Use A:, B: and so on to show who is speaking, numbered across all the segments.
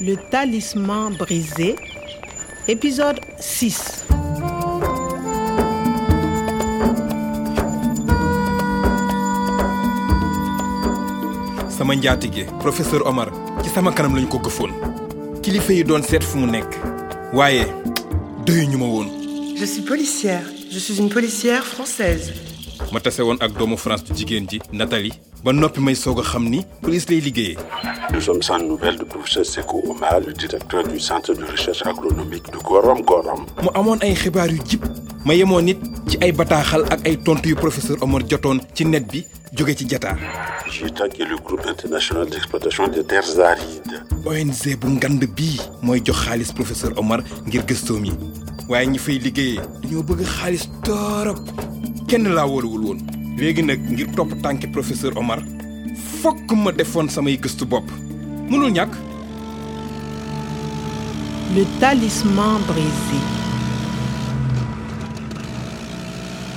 A: Le talisman brisé, épisode 6.
B: sama njaatige professeur omar ci sama kanam lañ ko gëfoon kilifa yi doon seet fu mu nekk waaye doyuñu ma woon
C: Je suis policière. Je suis une policière française.
B: ma tase woon ak doomu france ju jigéen ji nathalie ba noppi may soog a xam ni police lay liggéeyee
D: Nous sommes sans nouvelles du professeur Sekou Omar, le directeur du centre de recherche agronomique de Gorom Gorom.
B: mu amoon ay xibaar yu jib ma yemoon nit ci ay bataaxal ak ay tontu yu professeur omar jotoon ci net bi jóge ci jataa
D: JITA qui est le groupe international d'exploitation des terres arides.
B: ONG bu ngand bii mooy jox xaalis professeur Omar ngir gëstoom yi waaye ñi fay liggéeyee dañoo bëgg xaalis torop kenn laa wóoluwul woon léegi nag ngir topp tànki professeur Omar fokk ma defoon samay gëstu bopp mënul ñàkk
A: Le talisman brisé.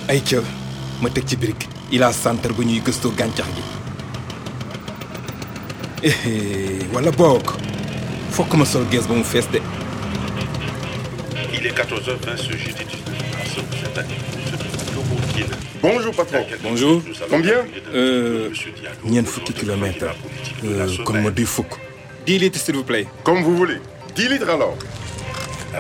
B: ay ca ma teg ci birig ilaa santar bu ñuy gëstoo gàncax gi Ehé, eh, wala boog fokk ma sol gees ba mu fees de
D: Il est 14h20 ce jeudi 19 mars de cette année.
E: Bonjour patron.
B: bonjour
E: Combien
B: Euh, ñeent fukki kilomètre Euh, kon ma duy fukk dix litres s'il vous plaît
E: Comme vous voulez. 10 litres alors.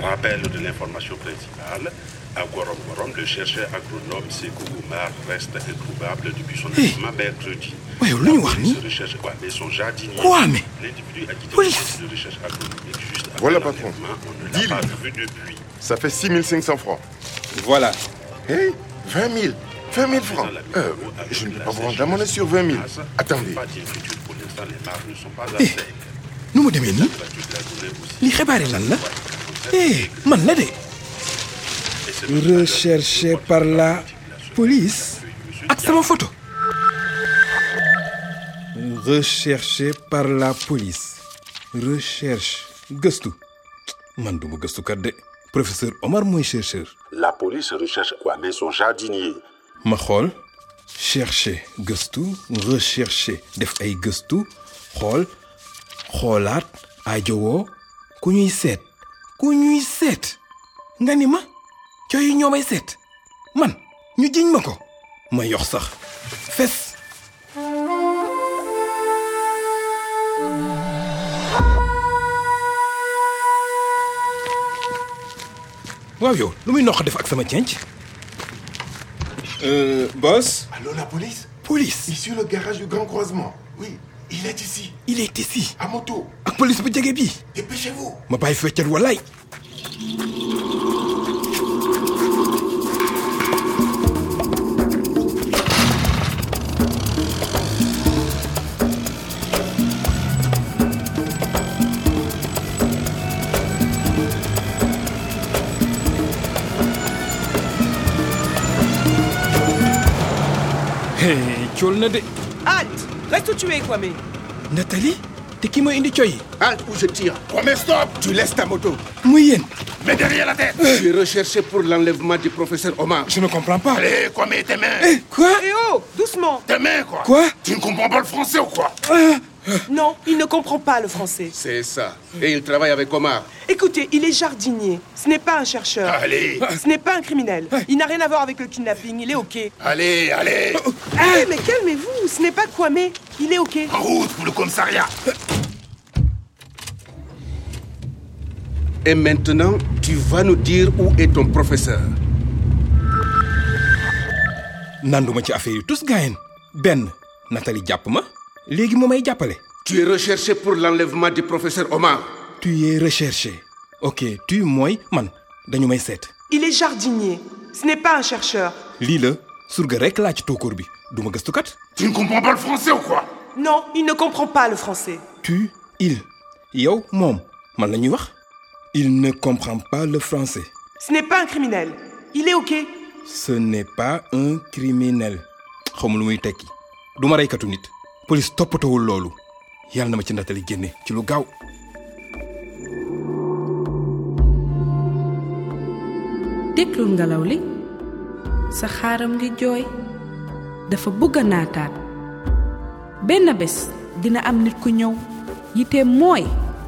D: Rappel de l'information principale. À Gorom Gorom, le chercheur agronome Sekou Omar reste introuvable depuis son événement mercredi.
B: Ouais,
D: La
B: lui, il voit,
D: police
B: lui.
D: recherche quoi Mais son jardinier.
B: Quoi, mais
D: L'individu a quitté le
B: Police.
D: centre de recherche agronomique juste avant
E: Voilà, patron.
D: l'enlèvement. On ne
E: Dix
D: l'a pas
E: litres.
D: vu depuis.
E: Ça fait 6500 francs.
B: voilà
E: Hé 20 000. 20 000 francs. Euh, je ne peux pas vous rendre la monnaie sur 20
D: Ah,
E: 000. Attendez.
D: Eh.
B: nu mu demee nii li xibaari lan la eh man la de recherché par la police ak sama photo recherché par la police recherche gëstu man du ma gëstukat de professeur Omar mooy chercheur
D: La police recherche Kwame, son jardinier.
B: ma xool chercher gëstu rechercher def ay gëstu xool xoolaat aajowoo ku ñuy seet ku ñuy seet nga ni ma cooyu ñoo may seet man ñu jiñ ma ko ma yox sax fes waaw yow lu muy noq def ak sama cenc euh, boss
E: Allô la police
B: Police
E: Ici le garage du grand croisement. Oui, il est ici,
B: Il est ici
E: à moto.
B: ak police bu jege bii
E: Dépêchez-vous.
B: ma bàyyi feccal walaay Hey, cool na de
F: Halte Reste où tu es, Kwame.
B: Nathalie te ki mooy indi coy yi
G: Halte ou je tire.
E: Promets stop
G: Tu laisses ta moto.
B: muy yéen
E: Mais derrière la tête
G: Je suis recherché pour l'enlèvement du professeur Omar.
B: je ne comprends pas
E: Allez, Eh, quoi, mais tes mains
B: quoi
F: Eh oh Doucement
E: Tes mains, quoi
B: Quoi
E: Tu ne comprends pas le français ou quoi
F: Non, il ne comprend pas le français.
G: C'est ça. Et il travaille avec Omar.
F: Écoutez, il est jardinier. Ce n'est pas un chercheur.
E: Allez
G: Ah.
F: Ce n'est pas un criminel. Il n'a rien à voir avec le kidnapping. Il est OK. Eh,
E: Allez, allez
G: Oh.
F: mais calmez-vous. Ce n'est pas Kwame. Il est OK.
E: En route pour le commissariat
G: Et maintenant, tu vas nous dire où est ton professeur.
B: nanduma ci affaire yi tus gaayen benn Nathalie jàpp ma léegi mu may jàppale
G: Tu es recherché pour l'enlèvement du professeur Omar.
B: tu es recherché ok tu mooy man dañu may seet
F: Il est jardinier. Ce n'est pas un chercheur.
B: lii la surga rek laa ci tóokóor bi du ma gëstukat
E: Tu ne comprends pas le français ou quoi
F: Non, il ne comprend pas le français.
B: tu il yow moom man la ñuy wax il ne comprend pas le français
F: Ce n'est pas un criminel. Il est OK.
B: ce n'est pas un criminel xawma lu muy tekki du ma reykatu nit police toppatowul loolu yàlla na ma ci Nathalie génne ci lu gaaw
H: déglul ngelaw li sa xaaram ngi jooy dafa bëgg a naataat benn bés dina am nit ku ñëw yite mooy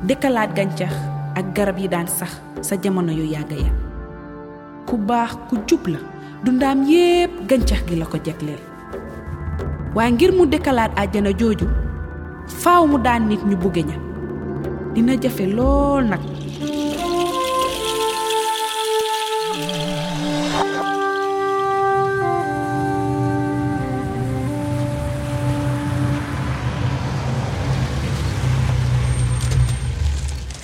H: dëkkalaat gàncax ak garab yi daan sax sa jamono yu yàgg ya ku baax ku jub la dundaam yépp gàncax gi la ko jagleel waaye ngir mu dëkkalaat àjjana jooju faaw mu daan nit ñu bugge ña dina jafe lool nag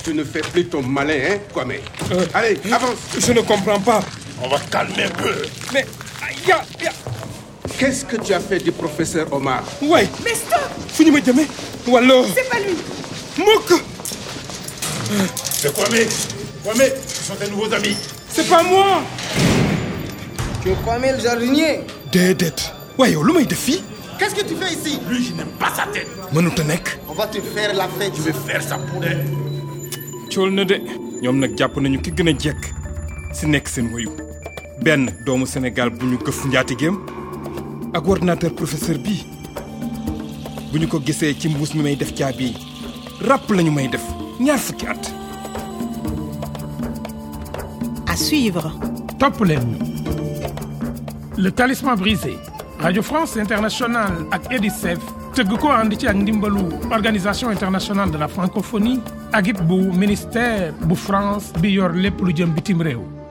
G: Tu ne fais plus ton malin, hein, Kwame. Allez, avance.
B: Je ne comprends pas.
D: On va calmer un peu.
B: Mais. Ya, ya.
G: Qu'est-ce que tu as fait du professeur Omar
B: Ouais.
F: Mais stop
B: Fini ma jame. Wallo.
F: C'est pas lui
B: Mouk.
D: C'est Kwame. Kwame, ce sont tes nouveaux amis.
B: C'est pas moi.
I: Tu es Kwame le jardinier
B: Dedet. Ouais, yo, l'homme de fille.
I: Qu'est-ce que tu fais ici
D: Lui, je n'aime pas sa tête.
B: Manutanek.
I: On va te faire la fête.
D: Je vais faire ça pour elle.
B: cool na de ñoom nag jàpp nañu ki gën a jekk si nekk seen wayu benn doomu sénégal bu ñu gëf njaatigeem ak ordinateur professeur bi bu ñu ko gisee ci mbuus mi may def caabi yi ràpp lañu may def ñaar fukki at
A: À suivre.
J: Top leen ñu le talisman brisé radio france internationale ak edicef tëgg ko ànd ci ak ndimbalu organisation internationale de la francophonie ak it bu ministère bu france bi yor lépp lu jëm bitim réew